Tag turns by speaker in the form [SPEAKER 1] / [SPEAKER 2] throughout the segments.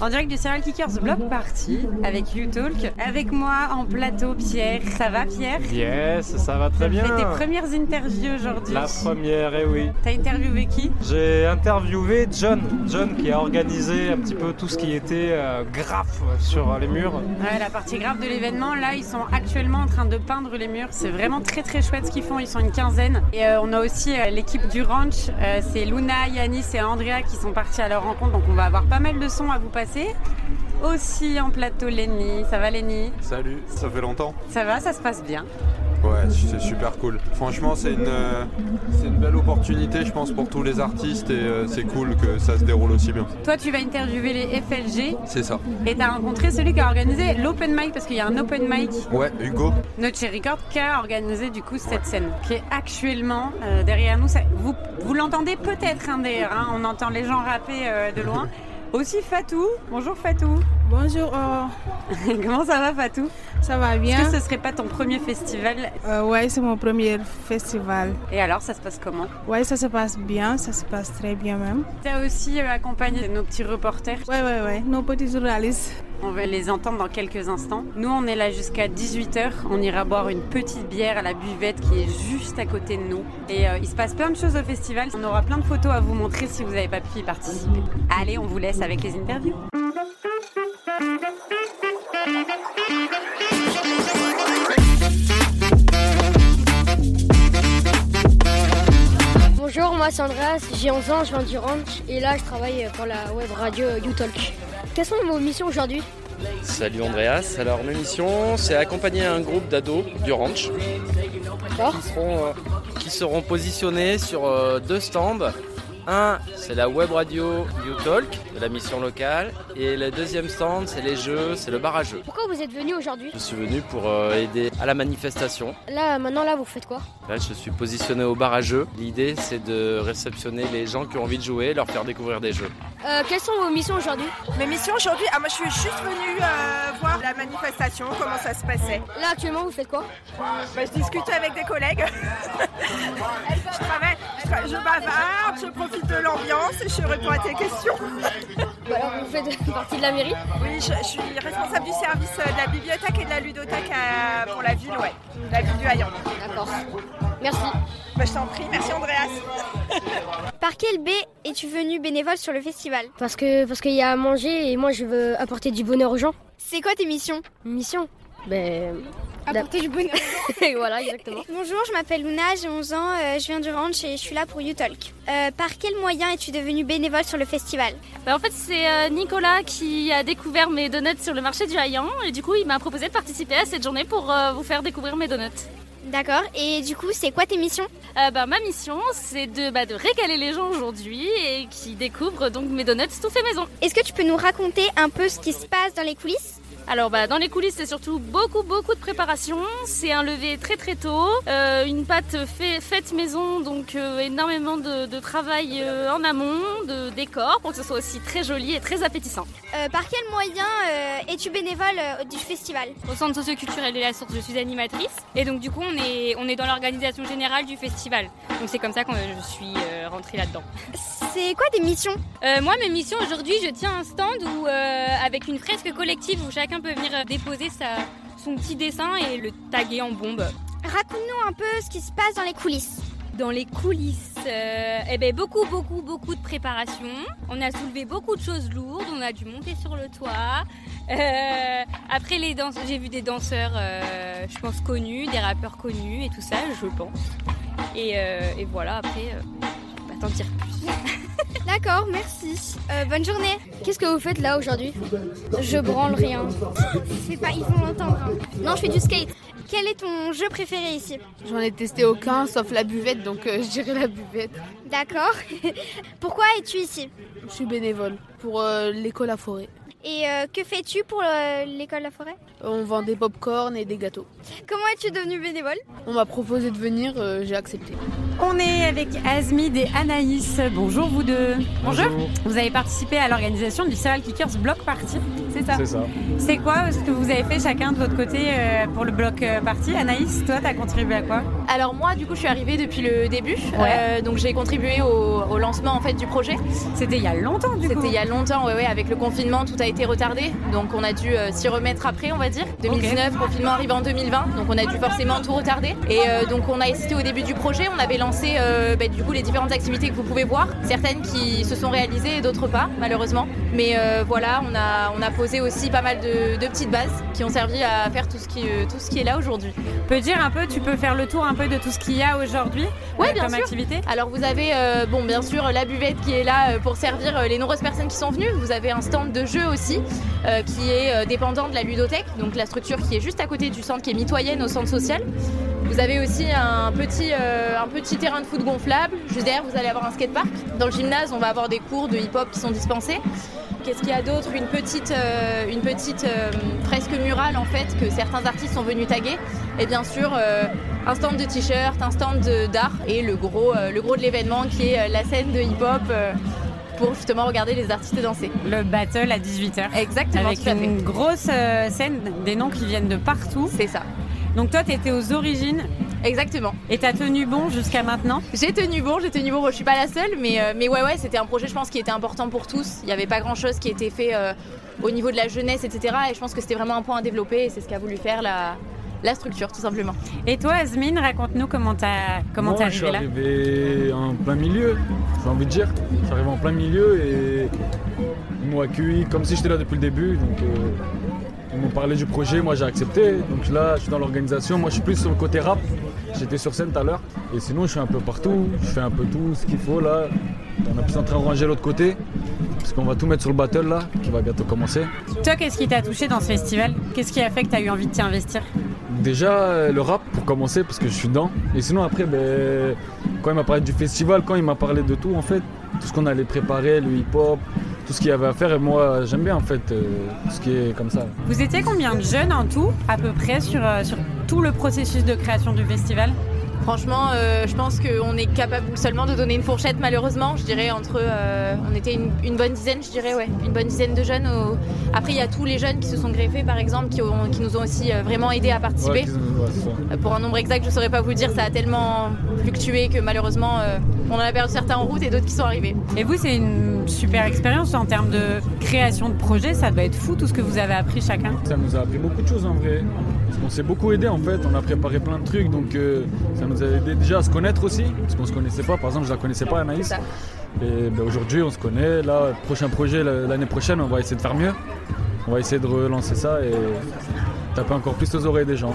[SPEAKER 1] En direct du Serial Kickers Block Party avec YouTalk. Avec moi en plateau, Pierre. Ça va, Pierre
[SPEAKER 2] Yes, ça va très bien.
[SPEAKER 1] Fais tes premières interviews aujourd'hui.
[SPEAKER 2] La première, eh oui.
[SPEAKER 1] T'as interviewé qui
[SPEAKER 2] J'ai interviewé John, John qui a organisé un petit peu tout ce qui était euh, graphe sur euh, les murs.
[SPEAKER 1] Ouais, la partie grave de l'événement, là, ils sont actuellement en train de peindre les murs. C'est vraiment très très chouette ce qu'ils font. Ils sont une quinzaine. Et euh, on a aussi euh, l'équipe du ranch. Euh, c'est Luna, Yanis et Andrea qui sont partis à leur rencontre. Donc on va avoir pas mal de sons à vous passer. Aussi en plateau, Lenny. Ça va, Lenny
[SPEAKER 3] Salut, ça fait longtemps
[SPEAKER 1] Ça va, ça se passe bien.
[SPEAKER 3] Ouais, c'est super cool. Franchement, c'est une, euh, c'est une belle opportunité, je pense, pour tous les artistes et euh, c'est cool que ça se déroule aussi bien.
[SPEAKER 1] Toi, tu vas interviewer les FLG
[SPEAKER 3] C'est ça.
[SPEAKER 1] et t'as rencontré celui qui a organisé l'open mic parce qu'il y a un open mic.
[SPEAKER 3] Ouais, Hugo
[SPEAKER 1] Notre Record qui a organisé du coup cette scène qui est actuellement euh, derrière nous. Ça- vous vous l'entendez peut-être hein, d'ailleurs, hein, on entend les gens rapper euh, de loin. Aussi Fatou, bonjour Fatou.
[SPEAKER 4] Bonjour, euh,
[SPEAKER 1] Comment ça va Fatou
[SPEAKER 4] ça va bien
[SPEAKER 1] Est-ce que ce serait pas ton premier festival
[SPEAKER 4] Euh, Ouais, c'est mon premier festival.
[SPEAKER 1] Et alors ça se passe comment
[SPEAKER 4] Ouais, ça se passe bien, ça se passe très bien même.
[SPEAKER 1] T'as aussi euh, accompagné nos petits reporters,
[SPEAKER 4] Ouais, ouais, ouais, nos petits journalistes.
[SPEAKER 1] on va les entendre dans quelques instants. Nous on est là jusqu'à 18h, on ira boire une petite bière à la buvette qui est juste à côté de nous. Et euh, il se passe plein de choses au festival, on aura plein de photos à vous montrer si vous n'avez pas pu y participer. Allez, on vous laisse avec les interviews.
[SPEAKER 5] Bonjour, moi c'est Andreas, j'ai 11 ans, je viens du ranch et là je travaille pour la web radio YouTalk. Quelles sont vos missions aujourd'hui
[SPEAKER 6] Salut Andreas, alors mes missions c'est accompagner un groupe d'ados du ranch
[SPEAKER 5] D'accord.
[SPEAKER 6] qui seront, euh, qui seront positionnés sur euh, deux stands. Un c'est la web radio YouTalk de la mission locale et le deuxième stand c'est les jeux, c'est le bar à jeux.
[SPEAKER 5] Pourquoi vous êtes venu aujourd'hui
[SPEAKER 6] Je suis venu pour euh, aider à la manifestation.
[SPEAKER 5] Là, maintenant, là, vous faites quoi
[SPEAKER 6] Là je suis positionné au bar à jeux. L'idée c'est de réceptionner les gens qui ont envie de jouer, leur faire découvrir des jeux.
[SPEAKER 5] Euh, Quelles sont vos missions aujourd'hui
[SPEAKER 7] Mes missions aujourd'hui, ah, moi je suis juste venue euh, voir la manifestation, comment ça se passait.
[SPEAKER 5] Là actuellement, vous faites quoi
[SPEAKER 7] Bah, je discutais avec des collègues. je travaille, je, tra- je bavarde, je profite de l'ambiance et je réponds à tes questions.
[SPEAKER 5] Voilà, Bah, vous faites partie de la mairie.
[SPEAKER 7] Oui, je, je suis responsable du service euh, de la bibliothèque et de la ludothèque à- pour la ville, ouais. La ville du Hayon.
[SPEAKER 5] D'accord. Merci.
[SPEAKER 7] Bah, je t'en prie, merci Andreas.
[SPEAKER 8] Par quel B es-tu venu bénévole sur le festival
[SPEAKER 5] Parce que parce qu'il y a à manger et moi je veux apporter du bonheur aux gens.
[SPEAKER 8] C'est quoi tes missions
[SPEAKER 5] Mission Ben
[SPEAKER 8] Apporter du bonheur.
[SPEAKER 5] voilà exactement.
[SPEAKER 8] Bonjour, je m'appelle Luna, j'ai 11 ans, euh, je viens du ranch et je suis là pour YouTalk. Euh, par quel moyen es-tu devenu bénévole sur le festival
[SPEAKER 9] Bah, en fait, c'est euh, Nicolas qui a découvert mes donuts sur le marché du Hayan et du coup, il m'a proposé de participer à cette journée pour euh, vous faire découvrir mes donuts.
[SPEAKER 8] D'accord, et du coup, c'est quoi tes missions
[SPEAKER 9] Euh, bah, ma mission, c'est de, bah, de régaler les gens aujourd'hui et qui découvrent donc mes donuts tout fait maison.
[SPEAKER 8] Est-ce que tu peux nous raconter un peu ce qui se passe dans les coulisses
[SPEAKER 9] Alors, bah, dans les coulisses, c'est surtout beaucoup, beaucoup de préparation. C'est un lever très, très tôt. Euh, une pâte fait- faite maison, donc euh, énormément de, de travail euh, en amont, de décor pour que ce soit aussi très joli et très appétissant.
[SPEAKER 8] Euh, Par quel moyen euh, es-tu bénévole euh, du festival
[SPEAKER 9] Au centre socioculturel de la source, je suis animatrice. Et donc, du coup, on est, on est dans l'organisation générale du festival. Donc, c'est comme ça que je suis euh, rentrée là-dedans.
[SPEAKER 8] C'est quoi tes missions
[SPEAKER 9] Euh, moi, mes missions aujourd'hui, je tiens un stand où, euh, avec une fresque collective où chacun peut venir euh, déposer sa, son petit dessin et le taguer en bombe.
[SPEAKER 8] Raconte-nous un peu ce qui se passe dans les coulisses.
[SPEAKER 9] Dans les coulisses, euh, eh ben beaucoup, beaucoup, beaucoup de préparation. On a soulevé beaucoup de choses lourdes. On a dû monter sur le toit. Euh, après les danses, j'ai vu des danseurs, euh, je pense connus, des rappeurs connus et tout ça, je pense. Et, euh, et voilà. Après, euh, je vais pas t'en dire plus.
[SPEAKER 8] D'accord, merci. Euh, bonne journée.
[SPEAKER 5] Qu'est-ce que vous faites là aujourd'hui Je branle rien.
[SPEAKER 8] Fais pas, ils vont l'entendre. hein. Non, je fais du skate. Quel est ton jeu préféré ici
[SPEAKER 10] J'en ai testé aucun sauf la buvette, donc euh, je dirais la buvette.
[SPEAKER 8] D'accord. Pourquoi es-tu ici
[SPEAKER 10] Je suis bénévole pour euh, l'école à forêt.
[SPEAKER 8] Et euh, que fais-tu pour euh, l'école La Forêt
[SPEAKER 10] On vend des pop-corn et des gâteaux.
[SPEAKER 8] Comment es-tu devenu bénévole
[SPEAKER 10] On m'a proposé de venir, euh, j'ai accepté.
[SPEAKER 1] On est avec Azmid et Anaïs. Bonjour vous deux. Vous avez participé à l'organisation du Serial Kickers Block Party, c'est ça
[SPEAKER 2] C'est ça.
[SPEAKER 1] C'est quoi ce que vous avez fait chacun de votre côté euh, pour le Block euh, Party Anaïs, toi, t'as contribué à quoi
[SPEAKER 11] Alors moi, du coup, je suis arrivée depuis le début, euh, donc j'ai contribué au, au lancement en fait du projet.
[SPEAKER 1] C'était il y a longtemps, du coup.
[SPEAKER 11] C'était il y a longtemps, ouais, ouais. Avec le confinement, tout a été retardé, donc on a dû euh, s'y remettre après, on va dire. 2019, confinement arrivé en 2020, donc on a dû forcément tout retarder. Et euh, donc on a hésité au début du projet, on avait lancé euh, bah, du coup les différentes activités que vous pouvez voir, certaines qui se sont réalisées et d'autres pas, malheureusement. Mais euh, voilà, on a, on a posé aussi pas mal de, de petites bases qui ont servi à faire tout ce qui, euh, tout ce qui est là aujourd'hui.
[SPEAKER 1] Peut dire un peu, tu peux faire le tour un peu de tout ce qu'il y a aujourd'hui
[SPEAKER 11] Ouais,
[SPEAKER 1] euh,
[SPEAKER 11] bien
[SPEAKER 1] comme
[SPEAKER 11] sûr.
[SPEAKER 1] activité.
[SPEAKER 11] Alors vous avez euh, bon bien sûr la buvette qui est là euh, pour servir euh, les nombreuses personnes qui sont venues. Vous avez un stand de jeu aussi euh, qui est euh, dépendant de la ludothèque, donc la structure qui est juste à côté du centre qui est mitoyenne au centre social. Vous avez aussi un petit, euh, un petit terrain de foot gonflable. Juste derrière, vous allez avoir un skatepark. Dans le gymnase, on va avoir des cours de hip-hop qui sont dispensés. Qu'est-ce qu'il y a d'autre Une petite, euh, une petite euh, fresque murale en fait que certains artistes sont venus taguer. Et bien sûr, euh, un stand de t-shirt, un stand de- d'art et le gros, euh, le gros de l'événement qui est euh, la scène de hip-hop euh, pour justement regarder les artistes danser.
[SPEAKER 1] Le battle à 18h.
[SPEAKER 11] Exactement,
[SPEAKER 1] Avec
[SPEAKER 11] tout à fait.
[SPEAKER 1] une grosse euh, scène, des noms qui viennent de partout.
[SPEAKER 11] C'est ça.
[SPEAKER 1] Donc toi, t'étais aux origines.
[SPEAKER 11] Exactement.
[SPEAKER 1] Et t'as tenu bon jusqu'à maintenant
[SPEAKER 11] J'ai tenu bon, j'ai tenu bon. Bon, Je suis pas la seule, mais, euh, mais ouais, ouais, c'était un projet, je pense, qui était important pour tous. Il n'y avait pas grand chose qui était fait euh, au niveau de la jeunesse, etc. Et je pense que c'était vraiment un point à développer et c'est ce qu'a voulu faire la, la structure, tout simplement.
[SPEAKER 1] Et toi, Asmine, raconte-nous comment t'as comment
[SPEAKER 12] Moi,
[SPEAKER 1] t'es
[SPEAKER 12] je suis
[SPEAKER 1] arrivée là.
[SPEAKER 12] arrivé en plein milieu, j'ai envie de dire. Je suis arrivé en plein milieu et ils m'ont accueilli comme si j'étais là depuis le début. Donc, euh, ils m'ont parlé du projet, moi j'ai accepté. Donc là, je suis dans l'organisation. Moi, je suis plus sur le côté rap. J'étais sur scène tout à l'heure. Et sinon, je suis un peu partout. Je fais un peu tout ce qu'il faut là. On est plus en train de ranger l'autre côté. Parce qu'on va tout mettre sur le battle là, qui va bientôt commencer.
[SPEAKER 1] Toi, qu'est-ce qui t'a touché dans ce festival Qu'est-ce qui a fait que t'as eu envie de t'y investir
[SPEAKER 12] Déjà euh, le rap pour commencer parce que je suis dedans. Et sinon après ben, quand il m'a parlé du festival, quand il m'a parlé de tout en fait, tout ce qu'on allait préparer, le hip-hop, tout ce qu'il y avait à faire et moi j'aime bien en fait euh, tout ce qui est comme ça.
[SPEAKER 1] Vous étiez combien de jeunes en tout, à peu près, sur, euh, sur tout le processus de création du festival
[SPEAKER 11] Franchement, euh, je pense qu'on est capable seulement de donner une fourchette, malheureusement. Je dirais entre. euh, on était une, une bonne dizaine, je dirais, ouais. Une bonne dizaine de jeunes. au- Après, il y a tous les jeunes qui se sont greffés, par exemple, qui, ont- qui nous ont aussi euh, vraiment aidés à participer.
[SPEAKER 12] Ouais, ouais, c'est ça.
[SPEAKER 11] Euh, Pour un nombre exact, je ne saurais pas vous le dire, ça a tellement fluctué que malheureusement, euh, on en a perdu certains en route et d'autres qui sont arrivés.
[SPEAKER 1] Et vous, c'est une super expérience en termes de création de projet. Ça doit être fou tout ce que vous avez appris chacun.
[SPEAKER 12] Ça nous a appris beaucoup de choses en vrai. Parce qu'on s'est beaucoup aidé en fait, on a préparé plein de trucs donc euh, ça nous a aidé déjà à se connaître aussi parce qu'on se connaissait pas. Par exemple, je la connaissais pas Anaïs. Et ben, aujourd'hui on se connaît. Là, prochain projet la- l'année prochaine, on va essayer de faire mieux. On va essayer de relancer ça et taper encore plus aux oreilles des gens.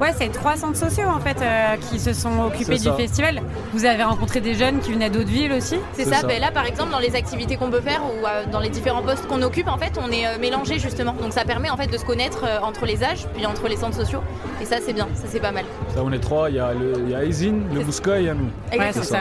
[SPEAKER 1] Ouais, c'est trois centres sociaux en fait euh, qui se sont occupés
[SPEAKER 12] C'est
[SPEAKER 1] du
[SPEAKER 12] ça.
[SPEAKER 1] festival. Vous avez rencontré des jeunes qui venaient d'autres villes aussi
[SPEAKER 11] C'est ça, ben là par exemple dans les activités qu'on peut faire ou euh, dans les différents postes qu'on occupe en fait on est euh, mélangé justement donc ça permet en fait de se connaître euh, entre les âges puis entre les centres sociaux et ça c'est bien, ça c'est pas mal.
[SPEAKER 12] Là on est trois, il y a le- il y a Aisin, le Bouska et il y a nous.
[SPEAKER 1] Ouais, c'est ça.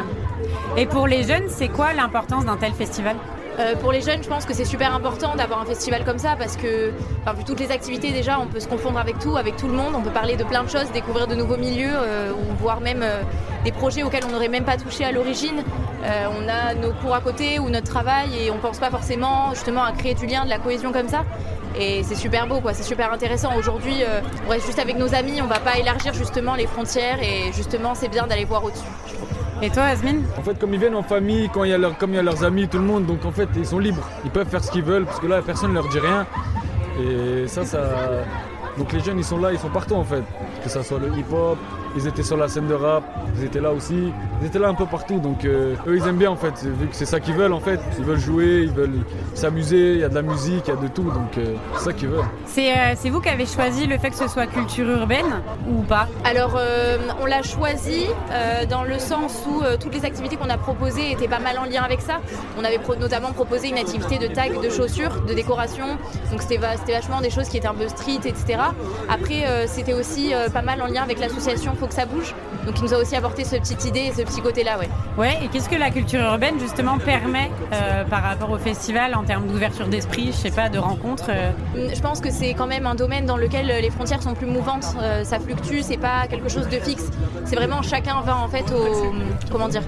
[SPEAKER 1] Et pour les jeunes, c'est quoi l'importance d'un tel festival
[SPEAKER 11] Euh, pour les jeunes, je pense que c'est super important d'avoir un festival comme ça parce que, enfin, vu toutes les activités déjà, on peut se confondre avec tout, avec tout le monde, on peut parler de plein de choses, découvrir de nouveaux milieux, euh, ou voire même euh, des projets auxquels on n'aurait même pas touché à l'origine. Euh, on a nos cours à côté ou notre travail et on pense pas forcément justement à créer du lien, de la cohésion comme ça. Et c'est super beau, quoi. C'est super intéressant. Aujourd'hui, euh, on reste juste avec nos amis, on va pas élargir justement les frontières et justement, c'est bien d'aller voir au-dessus.
[SPEAKER 1] Et toi, Asmine
[SPEAKER 12] En fait, comme ils viennent en famille, quand il y a leur, comme il y a leurs amis, tout le monde, donc en fait, ils sont libres. Ils peuvent faire ce qu'ils veulent parce que là, personne ne leur dit rien. Et ça, ça. Donc les jeunes, ils sont là, ils sont partout en fait. Que ça soit le hip-hop, ils étaient sur la scène de rap, ils étaient là aussi, ils étaient là un peu partout. Donc euh, eux, ils aiment bien en fait, vu que c'est ça qu'ils veulent en fait. Ils veulent jouer, ils veulent s'amuser, il y a de la musique, il y a de tout. Donc euh, c'est ça qu'ils veulent.
[SPEAKER 1] C'est euh, c'est vous qui avez choisi le fait que ce soit culture urbaine ou pas
[SPEAKER 11] Alors, euh, on l'a choisi euh, dans le sens où euh, toutes les activités qu'on a proposées étaient pas mal en lien avec ça. On avait pro- notamment proposé une activité de tag de chaussures, de décoration. Donc, c'était va- c'était vachement des choses qui étaient un peu street, etc. Après, euh, c'était aussi euh, pas mal en lien avec l'association Faut que ça bouge. Donc, il nous a aussi apporté cette petite idée et ce petit côté-là, ouais.
[SPEAKER 1] Ouais, et qu'est-ce que la culture urbaine justement permet euh, par rapport au festival en termes d'ouverture d'esprit, je sais pas, de rencontres euh
[SPEAKER 11] Je pense que c'est quand même un domaine dans lequel les frontières sont plus mouvantes, euh, ça fluctue, c'est pas quelque chose de fixe. C'est vraiment chacun va en fait au comment dire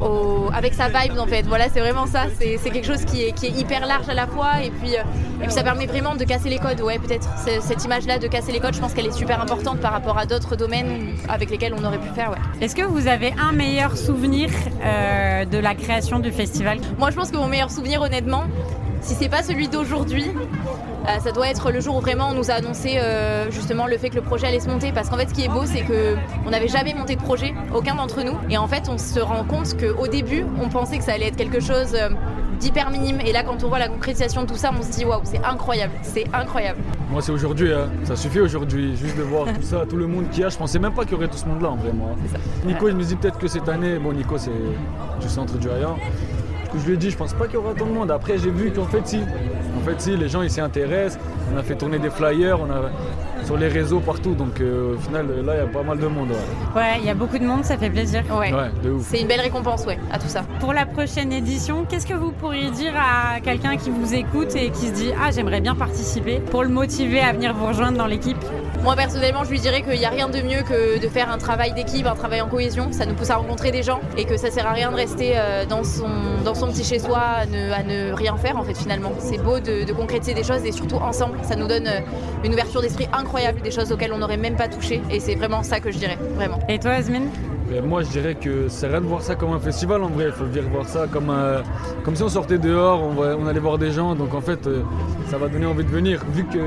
[SPEAKER 11] au- avec sa vibe en fait. Voilà, c'est vraiment ça. C'est c'est quelque chose qui est, qui est hyper large à la fois et puis euh, et puis ça permet vraiment de casser les codes. Ouais, peut-être C'est- cette image là de casser les codes, je pense qu'elle est super importante par rapport à d'autres domaines, à avec lesquels on aurait pu faire. Ouais.
[SPEAKER 1] Est-ce que vous avez un meilleur souvenir euh, de la création du festival
[SPEAKER 11] Moi, je pense que mon meilleur souvenir, honnêtement, si c'est pas celui d'aujourd'hui, euh, ça doit être le jour où vraiment on nous a annoncé euh, justement le fait que le projet allait se monter. Parce qu'en fait, ce qui est beau, c'est que on n'avait jamais monté de projet, aucun d'entre nous. Et en fait, on se rend compte qu'au début, on pensait que ça allait être quelque chose euh, d'hyper minime. Et là, quand on voit la concrétisation de tout ça, on se dit waouh, c'est incroyable, c'est incroyable.
[SPEAKER 12] Moi, c'est aujourd'hui, hein. ça suffit aujourd'hui, juste de voir tout ça, tout le monde qu'il y a. Je pensais même pas qu'il y aurait tout ce monde-là en vrai, moi. Nico, il nous dit peut-être que cette année, bon, Nico, c'est du centre du Hayan. Du coup, je lui ai dit, je pense pas qu'il y aura tant de monde. Après, j'ai vu qu'en fait, si. En fait, si, les gens, ils s'y intéressent. On a fait tourner des flyers, on a sur les réseaux partout. Donc, euh, au final, là, il y a pas mal de monde. ouais.
[SPEAKER 1] Ouais, il y a beaucoup de monde, ça fait plaisir.
[SPEAKER 12] Ouais, de ouf.
[SPEAKER 11] C'est une belle récompense, ouais, à tout ça.
[SPEAKER 1] Pour la prochaine édition, qu'est-ce que vous pourriez dire à quelqu'un qui vous écoute et qui se dit Ah, j'aimerais bien participer pour le motiver à venir vous rejoindre dans l'équipe
[SPEAKER 11] Moi personnellement, je lui dirais qu'il n'y a rien de mieux que de faire un travail d'équipe, un travail en cohésion. Ça nous pousse à rencontrer des gens et que ça sert à rien de rester euh, dans son, dans son petit chez-soi, à ne, à ne rien faire en fait finalement. C'est beau de, de concrétiser des choses et surtout ensemble. Ça nous donne euh, une ouverture d'esprit incroyable, des choses auxquelles on n'aurait même pas touché. Et c'est vraiment ça que je dirais, vraiment.
[SPEAKER 1] Et toi, Asmine
[SPEAKER 12] Mais moi, je dirais que c'est rien de voir ça comme un festival en vrai. Il faut venir voir ça comme, euh, comme si on sortait dehors, on, va- on allait voir des gens. Donc en fait, euh, ça va donner envie de venir. Vu que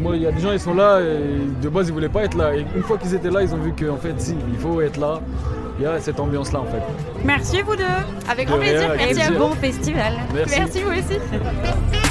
[SPEAKER 12] moi, il y a des gens, ils sont là et de base, ils voulaient pas être là. Et une fois qu'ils étaient là, ils ont vu qu'en fait, si, il faut être là. Il y a cette ambiance-là en fait.
[SPEAKER 1] Merci vous deux
[SPEAKER 11] Avec
[SPEAKER 12] De
[SPEAKER 11] grand plaisir,
[SPEAKER 12] rien, avec
[SPEAKER 11] merci à
[SPEAKER 12] plaisir.
[SPEAKER 11] vous.
[SPEAKER 1] Bon festival
[SPEAKER 12] Merci.
[SPEAKER 11] merci vous aussi.